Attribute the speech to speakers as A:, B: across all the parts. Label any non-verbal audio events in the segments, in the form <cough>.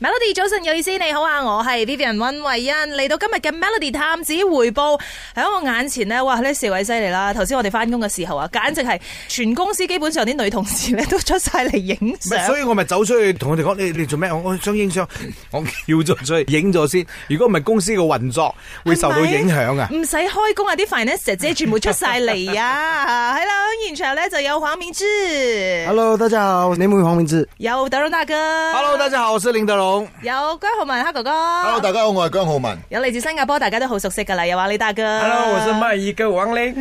A: Melody 早晨有意思，你好啊，我係 Vivian 溫慧欣，嚟到今日嘅 Melody 探子回報喺我眼前呢，哇呢四位犀利啦！頭先我哋翻工嘅時候啊，簡直係全公司基本上啲女同事咧都出晒嚟影
B: 唔係
A: 相，
B: 所以我咪走出去同佢哋講：你你做咩？我我想影相， <laughs> 我叫咗出去影咗先。如果唔係公司嘅運作會受到影響啊！
A: 唔使開工啊！啲 finance 姐姐全部出晒嚟啊！係啦，現場咧就有黃明志，
C: Hello，大家好，我是聯盟
B: 哦
C: 黃明志。
A: 有德榮大哥
B: Hello，大家好，我是林德龍。
A: 有姜浩文黑哥哥
D: Hello，大家好，我係姜浩文。
A: 有嚟自新加坡，大家都好熟悉噶啦，有阿李大哥
E: Hello，我是
C: 啊
E: 賣一個王
C: <laughs>
E: 玲。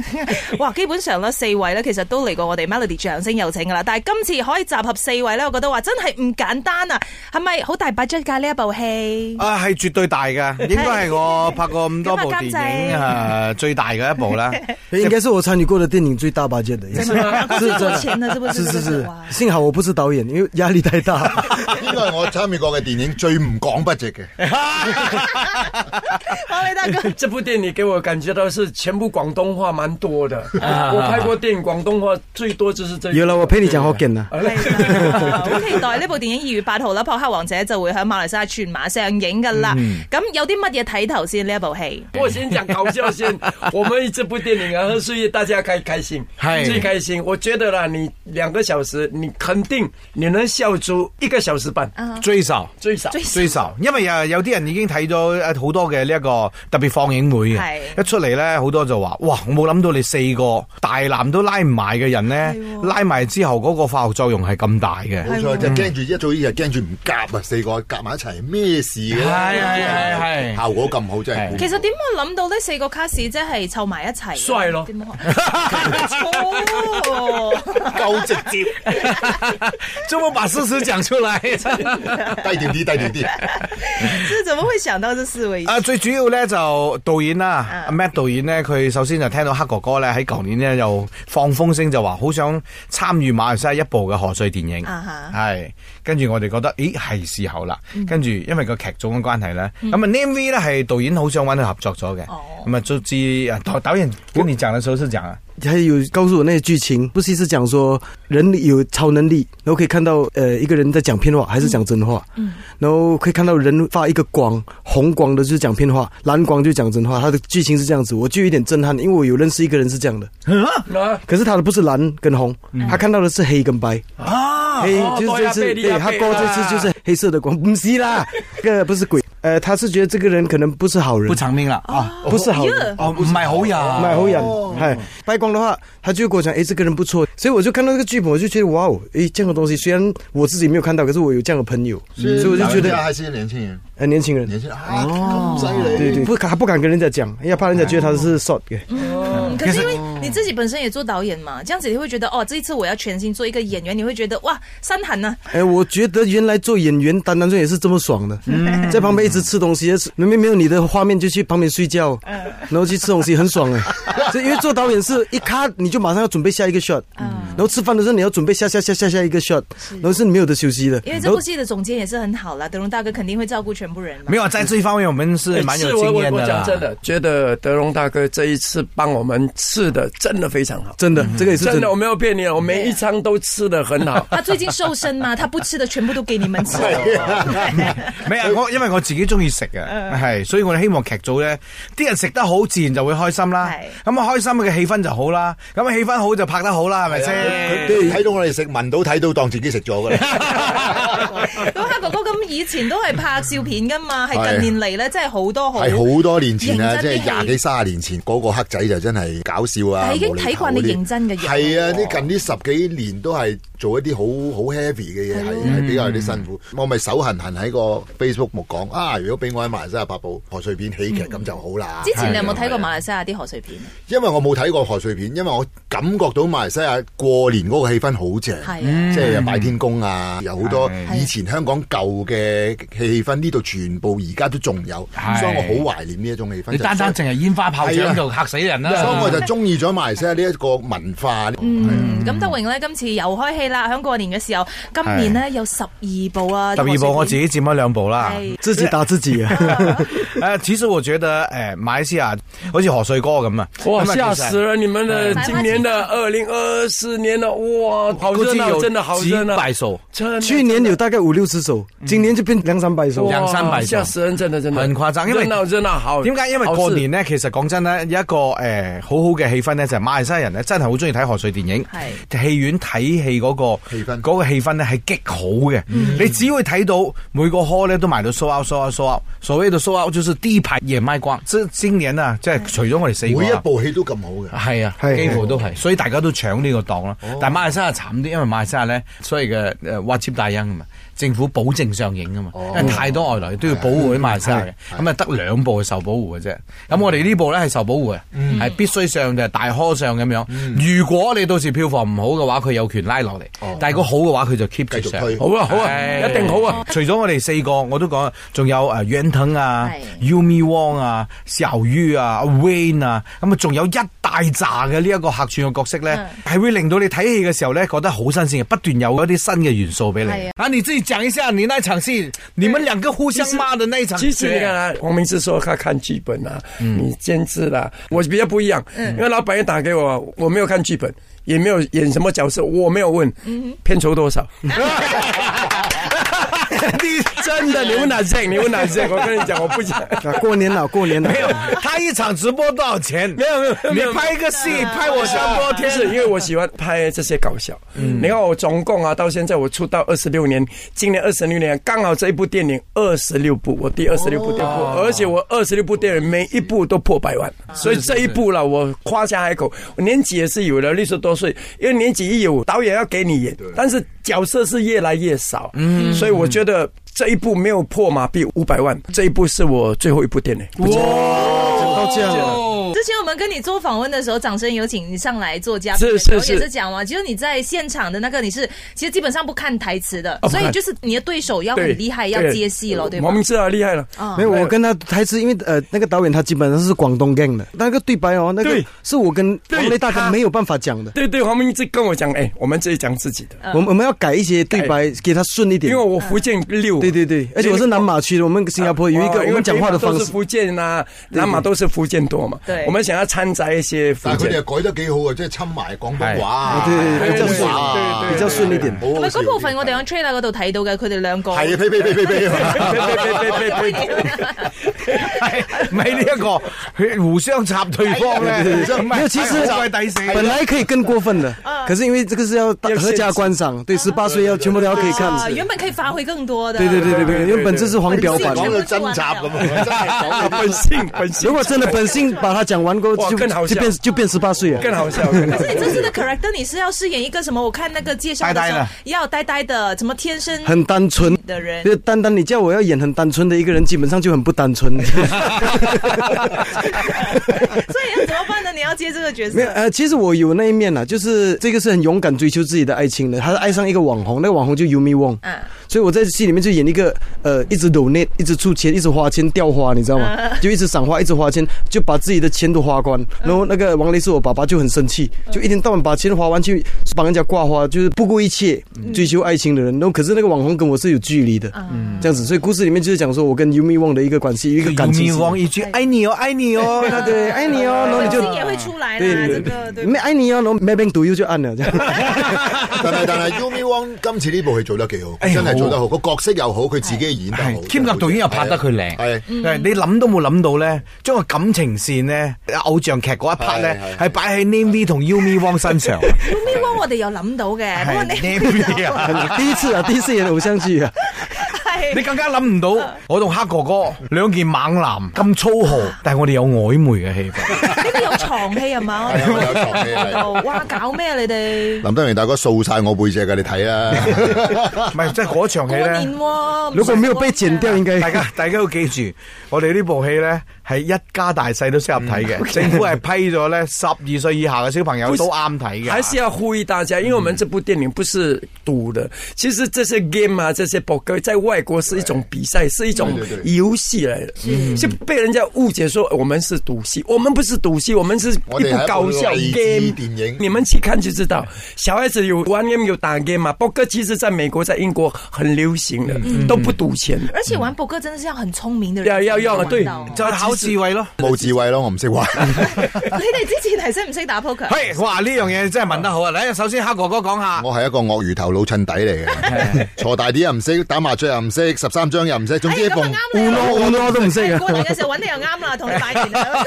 A: 哇，基本上咧四位咧，其實都嚟過我哋 Melody 掌聲有請噶啦，但係今次可以集合四位咧，我覺得話真係唔簡單啊！係咪好大 budget 㗎呢一部戲？
B: 啊，係絕對大 <laughs> 㗎，應該係我拍過咁多部電
A: 今日監
B: 影啊最大嘅一部啦。
C: 應該是我參與過的電影最大 budget 的，也是是
A: 最有錢的是不是
C: 是是是
A: 哇，
C: 幸好我不是導演，因為壓力太大。
D: <laughs> 呢個係我參與過嘅電影最唔講
B: <laughs>
D: budget 嘅，
B: 嗯
A: 我李大哥，
E: 這部電影給我感覺到是全部廣東話蠻多的，我拍過電影廣東話最多就是這一
C: <laughs> 啊
E: 部。
C: 有了，我陪你講 Hokkien 啦。
A: 係啦 <laughs> 好期待呢部電影二月八號啦，《撲克王者》就會喺馬來西亞全馬上映噶啦。
B: 嗯
A: 咁有啲乜嘢睇頭先呢一部戲？
B: 哦
E: 我先講搞笑先。我們這部電影啊，賀歲夜大家開開心，
B: 嗨
E: 最開心。我覺得啦，你兩個小時，你肯定你能笑出一個小時半，
B: 最受
E: 最少。
B: 嗯最受，因為啊有啲人已經睇咗啊好多嘅呢一個特別放映會嘅，
A: 係
B: 一出嚟咧好多就話：哇！我冇諗到你四個大男都拉唔埋嘅人咧，拉埋之後嗰個化學作用係咁大嘅。
D: 冇錯就驚住一早已經係驚住唔夾啊，四個夾埋一齊咩事嘅咧？
B: 係係係係
D: 效果咁好真係。
A: 其實點會諗到呢四個卡士即係湊埋一齊嘅？
E: 帥咯
A: <laughs> 點可
B: <laughs>
A: 錯
D: 夠直接，
B: 這麼把事實講出來。
D: <laughs> 低調啲，低調
B: 嗯
D: 啲。
A: 這怎麼會想到這四位？
B: 啊，最主要咧就導演啦，
A: 啊
B: 阿 Matt 導演咧，佢首先就聽到黑哥哥咧喺舊年咧又放風聲，就話好想參與馬來西亞一部嘅賀歲電影，係、
A: 啊哈
B: 跟住我哋覺得，咦係時候啦，跟住因為個劇組嘅關係咧，咁啊 Name V 咧係導演好想揾佢合作咗嘅，
A: 哦
B: 咁啊卒之啊導導演跟你講嘅時候是講啊，
C: 還有告訴我那些劇情，不是是講說人有超能力，然後可以看到呃一個人在講騙話還是講真話，嗯，然後可以看到人發一個光，紅光的就是講騙話，藍光就講真話，它的劇情是這樣子，我就有點震撼，因為我有認識一個人是這樣的，
E: 啊
C: 可是他的不是藍跟紅，他看到的是黑跟白。
B: 啊
C: 黑
E: 哦
C: 就
E: 多
C: 是
E: 呀
C: 这次，
E: 贝利
C: 对，
E: 呀
C: 他
E: 贝
C: 哥
E: 利啊
C: 这次就是黑色的光，不是
E: <laughs>
C: 啦，这个不是鬼，呃，他是觉得这个人可能不是好人
B: 不，長命啦，啊
C: 不是好人，
B: 哦唔係好人，
C: 买好人，
E: 哦
C: 哎，白光的话，他就跟我讲，哎，这个人不错，所以我就看到这个剧本，我就觉得哇哦，哎，这样的东西，虽然我自己没有看到，可是我有这样的朋友，所以我就觉
D: 老人家
C: 得，
D: 還是年輕人，
C: 呃，年轻人，
E: 哦
D: 年輕人啊，
B: 哦
D: 咁犀利。
C: 对对，不敢不敢跟人家讲，哎呀，怕人家觉得他是 short 的。
A: 嗯，可是因为你自己本身也做导演嘛，这样子你会觉得哦，这一次我要全心做一个演员，你会觉得哇，啊山寒呢、
C: 哎，我觉得原来做演员单单做也是这么爽的，在旁边一直吃东西，明明没有你的画面就去旁边睡觉，然后去吃东西很爽哎。所以因为做导演是一卡你就马上要准备下一个 shot，然后吃饭的时候你要准备下下下下下一个 shot，然后是没有的休息的。
A: 因为这
C: 然后
A: 部戏的总监也是很好啦，德荣大哥肯定会照顾全部人嘛
B: 沒。有啊在這一方面我們是蠻有
E: 是
B: 經
E: 我我
B: 驗
E: 我
B: 的啦
E: 講真的，覺得德榮大哥這一次幫我們吃的真的非常好，
C: 真的这个也哦是
E: 真
C: 真
E: 的
C: 的
E: 我。沒有騙你，我每一餐都吃的很
C: <laughs>
E: 好。
A: 他最近瘦身嘛，他不吃的全部都给你们吃。 <laughs>
B: 咩啊？我因為我自己中意食啊，係，所以我哋希望劇組咧，啲人食得好，自然就會開心啦。
A: 係
B: 咁啊，開心嘅氣氛就好啦。咁啊，氣氛好就拍得好啦，係咪先？ <laughs>
D: 佢睇到我哋食，聞到睇到，當自己食咗㗎啦。
A: 咁黑哥哥咁以前都係拍笑片噶嘛，係近年嚟咧，真係好多好。
D: 係好多年前啊，
A: 認
D: 即
A: 真啲
D: 係廿幾卅年前嗰個黑仔就真係搞笑啊！
A: 但係已經睇慣你認真嘅嘢
D: 係啊，呢近呢十幾年都係做一啲好好 heavy 嘅嘢，係係比較有啲辛苦。我咪手痕痕喺個 Facebook 目講啊，如果俾我喺馬來西亞拍部賀歲片喜劇咁就好啦。
A: 嗯之前你有冇睇過馬來西亞啲賀歲片？
D: 因為我冇睇過賀歲片，因為我感覺到馬來西亞過年嗰個氣氛好正，
A: 係啊，
D: 即係拜天公啊，有好多
B: 係
D: 以前香港舊嘅氣氛，呢度全部而家都仲有，
B: 係
D: 所以我好懷念呢一種氣氛。就所以
B: 係煙花炮
D: 仗
B: 啊就嚇死人
D: 所以我就中意咗馬來西亞呢一個文化。
A: 嗯嗯，咁德榮咧今次又開戲啦，喺過年嘅時候，今年呢有十二部啊，
B: 第二部我自己佔咗兩部啦。
A: 係
C: 自己打自己啊！
B: <laughs> 誒，其實我覺得誒，馬來西亞好似河水哥咁啊，
E: 哇，
B: 咁啊
E: 吓
B: 其實
E: 死了！你们的
A: 嗯
E: 今年的二零二四年的哇，好
B: 哎估
E: 热
B: 計
E: 闹，
B: 有
E: 真的好热
B: 幾
E: 闹，
B: 百首，
E: 真的
C: 去年有大概五六十首，今年就变两三百首
E: 哇。
B: 两三百首
E: 吓死人，真的真的
B: 很誇張因為
E: 热闹热闹好。哦
B: 點解？因為
E: 好事
B: 過年呢，其實講真呢，有一個誒、呃好好嘅氣氛呢，就係、馬來西亞人呢，真係好中意睇賀歲電影。
A: 係
B: 戲院睇戲嗰個
D: 氣氛
B: 嗰個氣氛呢係極好嘅。你只會睇到每個 hall 呢都賣到 sold out、sold out、sold out。所謂嘅 sold out 就是第一排夜賣光。即係今年啊，即係除咗我哋四個啊
D: 每一部戲都咁好嘅。
B: 係啊，
C: 係
B: 幾乎都係，所以大家都搶呢個檔啦。但係馬來西亞慘啲，因為馬來西亞咧，所謂嘅誒挖接大恩啊嘛，政府保證上映啊嘛，因為太多外來都要保護啲馬來西亞嘅，咁啊得兩部係受保護嘅啫。咁我哋呢部咧係受保護嘅，係必須上就係大呵上咁樣。如果你到時票房唔好嘅話，佢有權拉落嚟；但係如果好嘅話，佢就 keep
D: 繼
B: 住
D: 續
B: 上。
D: 推
E: 好啊好啊，
B: 係
E: 一定好啊！！
B: 除咗我哋四個，我都講，仲有誒袁騰啊、
A: 係
B: Umi Wong 啊、小於啊、阿 Wayne 啊，咁啊，仲有一大扎嘅呢一個客串嘅角色咧，係會令到你睇戲嘅時候咧，覺得好新鮮嘅，不斷有一啲新嘅元素俾你
A: 係啊。
B: 啊，你自己講一下你那一場戲，你們兩個互相罵的那一場戲。
E: 其實你看啊，黄明志说他看剧本啊，
B: 嗯
E: 你监制啦，我比较不一样，因为老板也打给我，我没有看剧本，也没有演什么角色，我没有问
B: 嗯
E: 片酬多少。
B: 哦
E: <laughs>
B: <laughs>
E: 你真的，你问哪 z 你问哪 z 我跟你讲，我不讲。
B: 哦
C: 啊过年了，过年了
B: 没，有，他一场直播多少钱？
E: 没有没有没有
B: 你拍一个戏，拍我三波
E: <laughs> 就
B: 天。 <laughs>
E: 是因为我喜欢拍这些搞笑。你看我总共啊，到现在我出道二十六年，今年二十六年，刚好这一部电影二十六部，我第二十六部电影，而且我二十六部电影每一部都破百万，
B: 啊
E: 所以这一部了，我夸下海口。我年纪也是有了六十多岁，因为年纪一哎有，导演要给你演，但是角色是越来越少，
B: 嗯
E: 所以我觉得。这一部没有破马币五百万，这一部是我最后一部电影。
C: 到这样啊了。
A: 之前我们跟你做访问的时候，掌声有请你上来做嘉宾
E: 是
A: 的时候，
E: 是是
A: 也是讲嘛，其实你在现场的那个你是其实基本上不看台词的，
E: 哦不
A: 所
E: 看
C: 哎
A: 以就是你的对手要
E: 对
A: 很厉害，要接戏了，对吧哦
E: 王？明志啊，厉害了。
C: 没有，我跟他台词，因为呃，那个导演他基本上是广东 gang 的，那个对白哦，那个
E: 对
C: 是我跟王雷大
E: 对哦
C: 哥
E: 他
C: 没有办法讲的。
E: 对对，黄明志跟我讲，哎，我们自己讲自己的，
C: 我们我们要改一些对白，给他顺一
E: 因
C: 点
E: 为。我福建六，
C: 对对对，而且我是南马区的，我们新加坡有一
E: 哇
C: 个我
E: 啊因为
C: 们讲话的
E: 北马
C: 方
E: 都
C: 式
E: 是。福建啊，南马都是福建多嘛，
A: 对
E: 我们想要掺杂一些福
D: 但係佢哋
E: 建
D: 又。改得幾好啊，即係侵埋廣東話啊，
C: 對對對
D: 廣東話
C: 對
D: 啊，
C: 對對比較順一點
D: 好好
A: 咪
D: 笑
A: 嗰部分我哋喺 trailer 嗰度睇到嘅，佢哋哦兩個
D: 係啊，呸呸呸呸呸，
E: 哦
B: 唔係呢一個，佢互相插對方咧，
C: 没有，其实
B: 抵死。
C: 本来可以更过分的，
A: 啊
C: 可是因为这个是要大
E: 要限
C: 合
E: 制
C: 家观赏，对，十八岁要全部都要可以
A: 啊，
C: 看。
A: 原本可以发揮更多的。哦
C: 对对对对
E: 哦对
C: 对，原本这是黄标版
A: 本。
D: 講
A: 性
D: 到真插咁啊，真係講到
E: 啊本性本性，
C: 如果真的本性把他讲完过
E: 哇
C: 后，就
E: 更好笑
C: 就变就变十八岁啊。
E: 更好笑，更好
A: 可是
E: 笑
A: 你。这次的 character 你是要饰演一个什么？我看那个介绍的
B: 呆
A: 时候
B: 呆的，
A: 要呆呆的，什么天生
C: 很单纯
E: 哦
A: 的人
C: 就单单你叫我要演很单纯的一个人，基本上就很不单
E: <laughs>
C: 纯。
A: 所以要怎么办呢？你要接这个角色哦
C: 没有，呃，其实我有那一面啦，就是这个是很勇敢追求自己的爱情的。他是爱上一个网红，那个网红就 Yumi Wong，
A: 嗯
C: 所以我在戏里面就演一个呃，一直 donate，一直出钱，一直花钱掉花，你知道吗？就一直赏花，一直花钱，就把自己的钱都花光。然后那个王雷是我爸爸，就很生气，就一天到晚把钱花完去帮人家挂花，就是不顾一切追求爱情的人。然后可是那个网红跟我是有距离的，这样子。所以故事里面就是讲说我跟 Yumi Wong 的一个关系，一个感情
B: 迷
C: 史。
B: 王一句爱你哦，爱你哦，那
C: 对，爱你哦，然后你
A: 本
C: 就
A: 性也会出来啦，这
C: 对对
A: 个对
C: 对，
A: 吧。
C: 没爱你哦，然后 maybe 毒又就按了这样。
D: 但係但係 Umi Wong 今次呢部戲做得幾好，
B: 哎
D: 真係做得
B: 好
D: 好，個角色又好，佢自己演得好
B: 係，。兼夾導演又拍得佢靚，哦
D: 係啊
B: 誒你諗都冇諗到咧，將個感情線咧，偶像劇嗰一 part 咧，
D: 係係
B: 係擺喺 Namely 同 Yumi Wong 身
D: <laughs>
B: 上，
A: Yumi Wong 我哋有諗到嘅，不過 <laughs>
B: 係
A: 你
B: Namely 啊！
C: 第一次啊，第一次演偶像剧啊，
A: 係
B: 你更加諗唔到，我同黑哥哥兩件猛男咁粗豪，但係我哋有曖昧嘅氣氛。
A: 呢個有床戲係嘛？
D: 係啊我有床戲係
A: 哦哇，搞咩你哋？
D: 林德榮大哥掃晒我背脊㗎，你睇啊！
B: 唔係，即係嗰場戲
A: 過
B: 咧
A: 年。喎，
C: 如果没有被剪掉，应该
B: 大家大家要記住，我哋呢部戲咧係一家大細都適合睇嘅，政府係批咗咧十二歲以下嘅小朋友都啱睇嘅。
E: 还是要呼
D: 嗯
E: 吁大家，因为我们这部电影不是赌的，其实这些 game 啊，这些 poker 在外国国是一种比赛，是一种
D: 对对对
E: 游戏来的，嗯是被人家误解说我们是赌戏，我们不是赌戏，我们是一
D: 我哋係
E: 部
D: 一
E: 搞
D: 部
E: 笑
D: 勵志
E: game
D: 電影
E: 你们去看就知道，小孩子有玩 game 有打 game 嘛，b 哥其实在美国、在英国很流行的，
D: 嗯
E: 都不赌钱的。
A: 而且玩博哥真的是要很聪明的人
E: 要要要
D: 嗯
E: 啊，对
A: 才能玩，到
E: 他
B: 考
E: 其实
B: 智慧咯。
D: 冇智慧咯，我唔識玩。
A: 你哋之前係識唔識打 poker？
B: 嘿，哇！呢樣嘢真係問得好啊！嚟，首先黑哥哥講下，
D: 我係一個鱷魚頭老襯底嚟 <laughs> 嘅，坐大啲又唔識，打麻雀又唔識，十三張又唔識，總之一
A: 哎咁
D: 逢
A: 啊啱你
C: Uno Uno 都唔識嘅。
A: 過嚟嘅時候揾你又啱啦，同你拜年啦。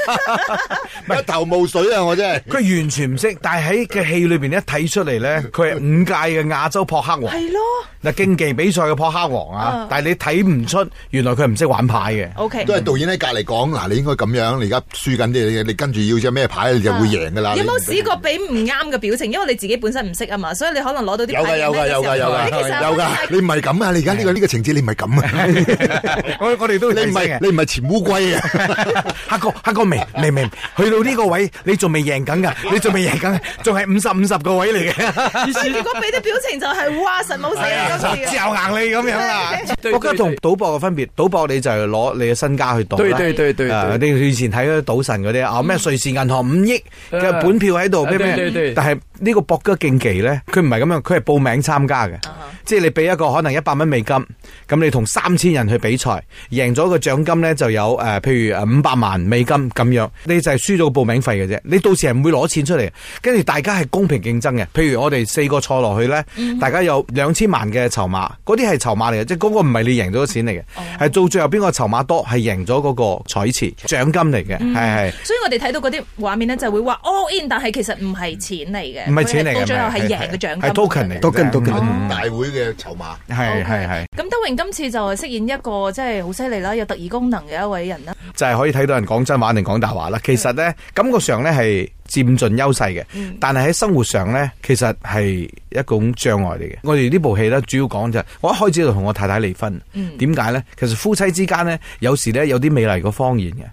D: 一頭霧水啊！我真係。
B: 佢完全唔識，但係喺嘅戲裏邊一睇出嚟咧，佢係五屆嘅亞洲撲克王。
A: 係咯
B: 嗱，競技比賽嘅撲克王啊
A: 啊，
B: 但係你睇唔出，原來佢唔識玩牌嘅。
A: ，OK
D: 都。係導演喺隔離講，嗱，你應該咁樣，你而家輸緊啲，你你跟住要隻咩牌，你就會贏噶啦。
A: 有冇
D: 你
A: 試過俾唔啱嘅表情？因為你自己本身唔識啊嘛，所以你可能攞到啲
D: 有
A: 牌
D: 噶有
A: 嘅
D: 噶有噶
A: 時
D: 有
A: 候
D: 噶
A: 你其實
D: 有噶，你唔係咁啊！你而家呢個呢個情節，你唔係咁啊！
B: 我我哋都
D: <laughs> 你
B: 你唔
D: 唔係
B: 係
D: 你唔係潛烏龜
B: <laughs>
D: 啊！
B: 黑哥黑哥未未未，去到呢個位你仲未贏緊㗎，你仲未贏緊，仲係五十五十個位嚟嘅。
A: 你結果俾啲表情就係哇神
B: 哎
A: 冇死啊！今次
B: 嚼硬你咁樣啦，
E: 對
B: 我覺得同賭博嘅分別，賭博你就係攞你嘅身家去賭啦。
E: 對對對對
B: 啊你以前睇嗰啲賭神嗰啲啊，咩瑞士銀行五億嘅
E: 啊
B: 本票喺度咩咩，
E: 啊對對對
B: 但係呢個博哥競技咧，佢唔係咁樣，佢係報名參加嘅，
E: 啊
B: 即係你俾一個可能一百蚊美金，咁你同三千人去比賽，贏咗個獎金咧就有誒、呃譬如誒五百萬美金咁樣，你就係輸咗個報名費嘅啫，你到時係唔會攞錢出嚟嘅，跟住大家係公平競爭嘅，譬如我哋四個坐落去咧，大家有兩千萬嘅籌碼，嗰啲係籌碼嚟嘅，即係嗰個唔係你贏咗錢嚟嘅，係到最後邊個籌碼多係贏咗嗰個彩池獎金嚟嘅，係係。
A: 所以我哋睇到嗰啲畫面咧，就會話 all in，但係其實唔係錢嚟嘅，
B: 唔係錢嚟嘅，
A: 到最後係
B: 唔
A: 贏嘅獎金，
B: 係 token 嚟嘅
C: token，
B: 啫
C: token
B: 嗯
D: <laughs> 大會嘅籌碼，
B: 係
A: OK
B: 係係，
A: 咁德榮今次就係飾演一個即係好犀利啦，有特異功能嘅一位人啦。
B: 就係可以睇到人講真話定講大話啦。其實咧，感覺上咧係佔盡優勢嘅，但係喺生活上咧，其實係一種障礙嚟嘅。我哋呢部戲咧，主要講就係我一開始就同我太太離婚，點解咧？其實夫妻之間咧，有時咧有啲美麗嘅謊言嘅，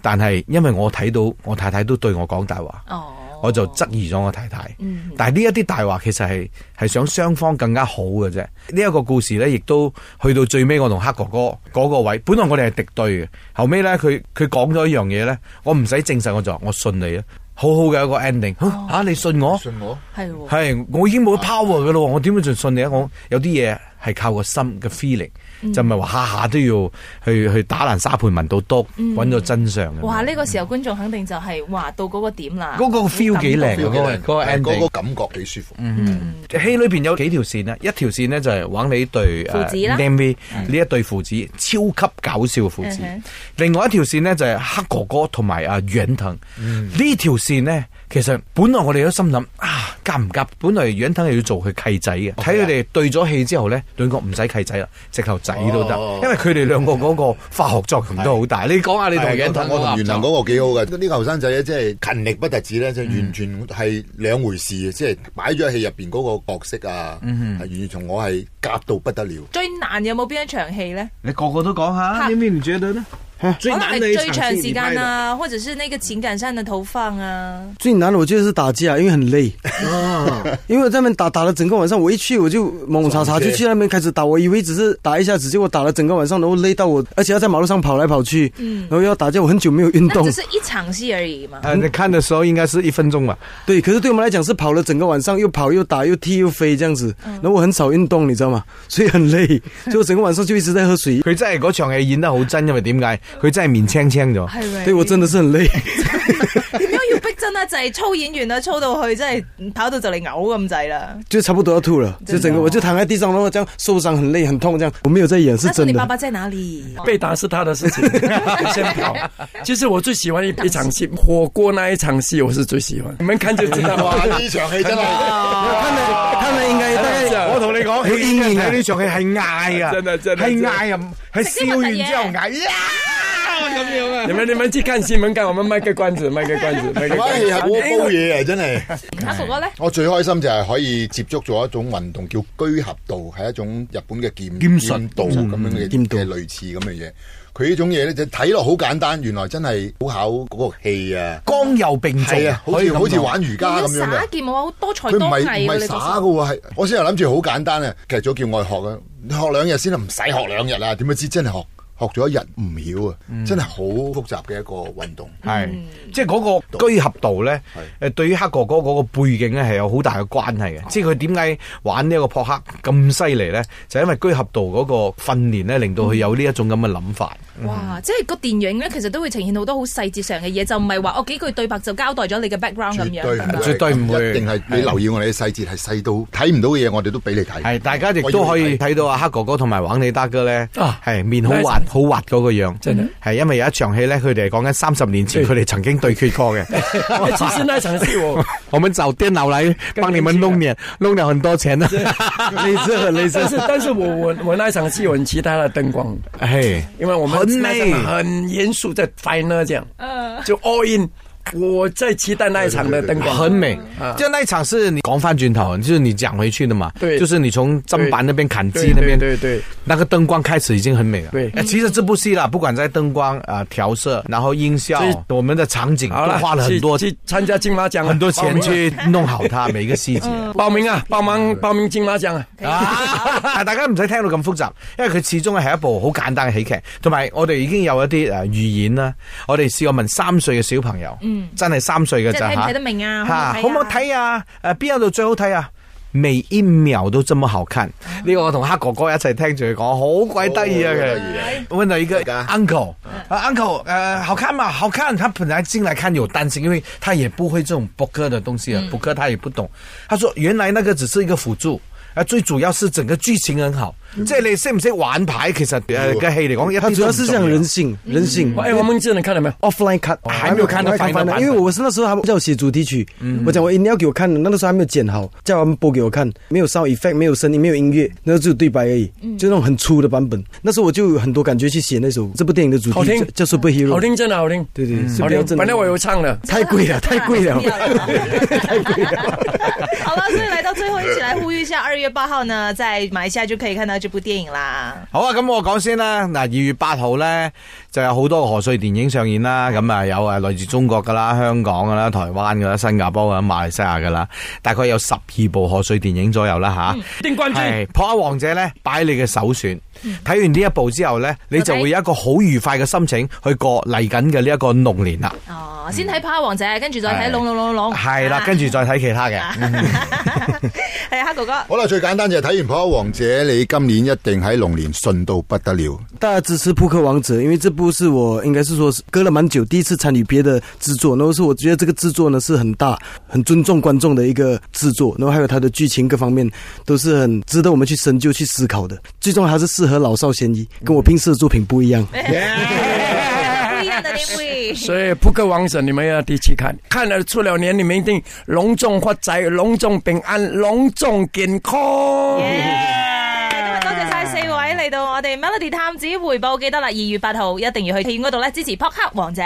B: 但係因為我睇到我太太都對我講大話。
A: 哦，
B: 我就質疑咗我太太。
A: 嗯
B: 但係呢一啲大話其實係係想雙方更加好嘅啫。呢、一個故事呢，亦都去到最尾，我同黑哥哥嗰個位，本來我哋係敵對嘅。後尾呢，佢佢講咗一樣嘢呢，我唔使證實，我就話我信你啊，好好嘅一個 ending。嚇、
A: 哦
B: 啊你信我？
D: 信我。
A: 係喎，
B: 係，我已經冇 power 嘅咯，我點會盡信你啊？我有啲嘢係靠個心嘅 feeling，、就唔
A: 嗯
B: 係話下下都要去去打爛沙盤問到篤，揾到真相嘅。
A: 嗯哇！呢個時候觀眾肯定就係話到嗰個點啦，
B: 嗰個 feel 幾靚嗰個嗰個 ending
D: 嗰個感覺幾舒服。
B: 戲裏邊有幾條線咧？一條線呢就係玩你對
A: 父子啦嗯
B: n a m v 呢一對父子，超級搞笑嘅父子
A: 嗯哼。
B: 另外一條線呢就係黑哥哥同埋阿遠藤。呢條線呢，其實本來我哋都心諗啊，夾唔夾？本來遠藤係要做佢契仔嘅，睇佢哋對咗戲之後呢，兩個唔使契仔啦，直頭仔都得
D: 哦，
B: 因為佢哋兩個嗰個化學作用都好大。你講下你同遠藤嗰嗯
D: 我同
B: 個
D: 元能嗰個幾好嘅，呢個後生仔咧，即係勤力不特止咧，就完全係兩回事嘅，即係擺咗喺戲入邊嗰個角色啊，
B: 嗯
D: 係完全同我係夾到不得了。
B: 哦
D: <laughs>
A: 最難有冇邊一場戲咧？
B: 你個個都講下
A: 嚇
B: 邊唔覺得呢？
A: 可
B: 最
A: 能係最長時間
B: 啦。
A: 啊，或者是那個情感上的投放啊。
C: 最难的我觉得是打架，因为很累。 <laughs> 因为我在那边打打了整个晚上，我一去我就懵懵查查就去那边开始打，我以为只是打一下子，结果打了整个晚上，然后累到我，而且要在马路上跑来跑去，然后又要打架，我很久没有运
A: 那 <laughs>
C: 动
A: 只。是一场戏而已嘛。
B: 呃，你看的时候应该是一分钟吧。
C: 对，可是对我们来讲是跑了整个晚上，又跑又打又踢又飞这样子，然后我很少运动，你知道吗？所以很累，所以我整个晚上就一直在喝水。
B: 佢真係嗰場戲演得好真，因為點解？佢真係面青青咗。
A: 係咪？
C: 对我真的是很累，
A: <laughs> 點樣要逼真啊？就係操演員啊，操到去真係跑到就嚟嘔咁滯啦。
C: 就差不多要吐了，就整个我就躺在地上，然后这样受伤很累很痛这样，我没有在演是
A: 那時候
C: 真啊
A: 你爸
C: 的。
A: 爸在哪裡？
E: <laughs> 被打是他的事情， <laughs> 我先跑。其实我最喜欢一一场戏，火锅那一场戏我是最喜欢，你们看就知道
B: 哦
D: 哇！
E: 了。
D: 呢場
B: <laughs>
D: 戲真
B: 哎
D: 係
C: 看了看了应该大概
B: 我同你講，
C: 有陰影啊
B: 睇呢場戲係嗌啊，
E: 真係真係
B: 係嗌啊，係笑完之後
A: 食啲核突
B: 嗌呀
F: 咁樣啊
E: 你！们你们去看新闻，看我们卖个关子，卖个关子，
B: 哎
E: 卖个
D: 唔
E: 关
D: 係係
E: 子。哎
D: 好煲嘢啊！真係，
A: 阿哥哥咧，
D: 我最開心就係可以接觸咗一種運動叫居合道，係一種日本嘅劍
B: 劍術嗯
D: 道咁樣嘅
C: 劍道
D: 嘅類似咁嘅嘢。佢呢種嘢咧就睇落好簡單，原來真係好考嗰個氣啊！
B: 剛柔並重
D: 係啊，，好
B: 可以
D: 似
B: 咁
D: 好似
B: 講
D: 玩瑜伽
A: 要
D: 咁樣嘅
A: 耍。劍嘅話，好多才
D: 佢唔
A: 多藝哦
D: 係唔
A: 喎
D: 係
A: 你
D: 耍
A: 嗰
D: 嘅
A: 時
D: 喎，係我先頭諗住好簡單啊，其實早叫我去學啊，你學兩日先啦，唔使學兩日啦，點解知真係學學咗一日唔曉啊，
B: 嗯
D: 真係好複雜嘅一個運動。
A: 哦
B: 系，嗯即係嗰個居合道咧，誒對於黑哥哥嗰個背景咧係有好大嘅關
E: 啊
B: 係嘅。即係佢點解玩呢一個撲克咁犀利咧？就因為居合道嗰個訓練咧，令到佢有呢一種咁嘅諗法。
A: 哇！即係個電影咧，其實都會呈現好多好細節上嘅嘢，就唔係話我幾句對白就交代咗你嘅 background 咁
D: 絕
A: 樣。係
D: 對
A: 咪
D: 係
B: 絕對唔會
D: 一定係你留意我哋嘅細節，係細到睇唔到嘅嘢，我哋都俾你睇。
B: 係，大家亦
D: 我
B: 都
D: 要
B: 可以
D: 睇
B: 睇到阿黑哥哥同埋玩你得哥咧，
E: 啊
B: 係面好滑好滑嗰個樣，真係係因為有一場戲咧，佢哋係講緊三十年前佢哋曾經對決 <laughs> 過嘅。
E: 哎其实那场是我，
B: <laughs> 我們找電腦來幫你啊們弄臉，弄了很多錢啊！ <laughs>
C: 类似很类似
E: 但。是但是我我我那场戏我很期待它的灯光，
B: 嘿，
E: 因为我们
B: 很
E: 那
B: 美
E: 场很严肃在 final 这样，就 all in。我在期待那一场的灯光，
B: 很美。啊就那一场是你讲翻转头，就是你讲回去的嘛。
E: 对
B: 就是你从砧板那边砍
E: 对
B: 鸡那边，哦
E: 对对对
B: 那个灯光开始已经很美了。
E: 对
B: 哎其实这部戏啦，不管在灯光啊、呃调色，然后音效
E: 这，
B: 我们的场景都
E: 好了，
B: 花了很多
E: 去去参加金马奖啊，
B: 很多
E: 报
B: 钱
E: 名啊
B: 去弄好它每一个细节。
E: 报名啊，报名报名金马奖啊，
B: 哦啊！大家唔使聽到咁複雜，因為佢始終係一部好簡單嘅喜劇，同埋我哋已經有一啲誒預演啦。我哋試過問三歲嘅小朋友，嗯，真係三歲嘅
A: 即係
B: 咋
A: 睇唔
B: 嚇
A: 睇得明啊
B: 嚇
A: 可
B: 好
A: 唔可
B: 唔好
A: 以睇
B: 睇啊？誒邊一度最好睇啊？每一秒都這麼好看，
A: 啊
B: 呢個我同黑哥哥一齊聽住佢講，好鬼得意啊！
D: 好
B: 佢
D: 得意啊
B: 問到一個
D: 大家
B: uncle，啊 uncle，呃，好看嘛？好看。他本来进来看有担心，因为他也不会这种博客的东西
A: 嗯
B: 啊，博客他也不懂。他说原来那个只是一个辅助。啊，最主要是整個劇情很好，
D: 嗯
B: 即係你識唔識玩牌，其實誒嘅戲嚟講，一
C: 它
B: 啲
C: 主要是
B: 這
C: 讲人性，
A: 嗯
C: 人性。
E: 哎，王明志你看了没有？
C: offline cut，
B: 还没有看到
C: offline cut
B: final
C: 版本
B: 版本
C: 因为我是那时候还叫我写主题曲，我讲我一定要给我看，那个时候还没有剪好，叫他们播给我看，没有 sound effect，没有声音，没有音乐，那个只有对白而已，
A: 嗯
C: 就那种很粗的版本。那时候我就有很多感觉去写那首这部电影的主
E: 好
C: 题
E: 听
C: 曲，叫叫
A: 嗯
C: Superhero，
E: 好听真的好听，
C: 对对，是
E: 好
C: 比较
E: 听。
C: 真的
E: 本来我有唱的，
C: 太贵
A: <laughs>
C: 了，太贵了。
A: 好了，所以来到最后，一起来呼吁一下，二月八号呢，在马来西亚就可以看到这部电影啦。
B: 好啊，咁我講先啦。嗱，二月八號咧就有好多賀歲電影上演啦。咁啊有啊來自中國噶啦、香港噶啦、台灣噶啦、新加坡噶啦、馬來西亞噶啦，大概有十二部賀歲電影左右啦
A: 嗯
B: 吓。
E: 定冠军。
B: 係《破亞王者》咧，擺你嘅首選。
A: 嗯
B: 睇完呢一部之後咧，你就會有一個好愉快嘅心情去過嚟緊嘅呢一個龍年啦。
A: 哦，先睇《趴王者》，跟住再睇《
B: 係
A: 龍龍龍龍》。啊
B: 係啦，跟住再睇其他嘅。
A: <laughs> 係啊，黑哥哥。
D: 好啦，最簡單就係睇完《破壞王者》，你今年一定喺龍年順到不得了。
C: 大家支持《扑克王者》，因为这部是我应该是说是隔了蛮久第一次参与别的制作，然后是我觉得这个制作呢是很大、很尊重观众的一个制作，然后还有它的剧情各方面都是很值得我们去深究、去思考的。最重要还是适合老少咸宜，跟我平时的作品不一样。
A: 不一样的定位。
E: 所以扑克王者你们要第一期看，看了出了年你们一定隆重发财、隆重平安、隆重健康。
A: 今日多謝晒四位嚟到我哋 Melody 探子回報，記得啦，二月八號一定要去戲院嗰度咧支持 p o c k e t 王者。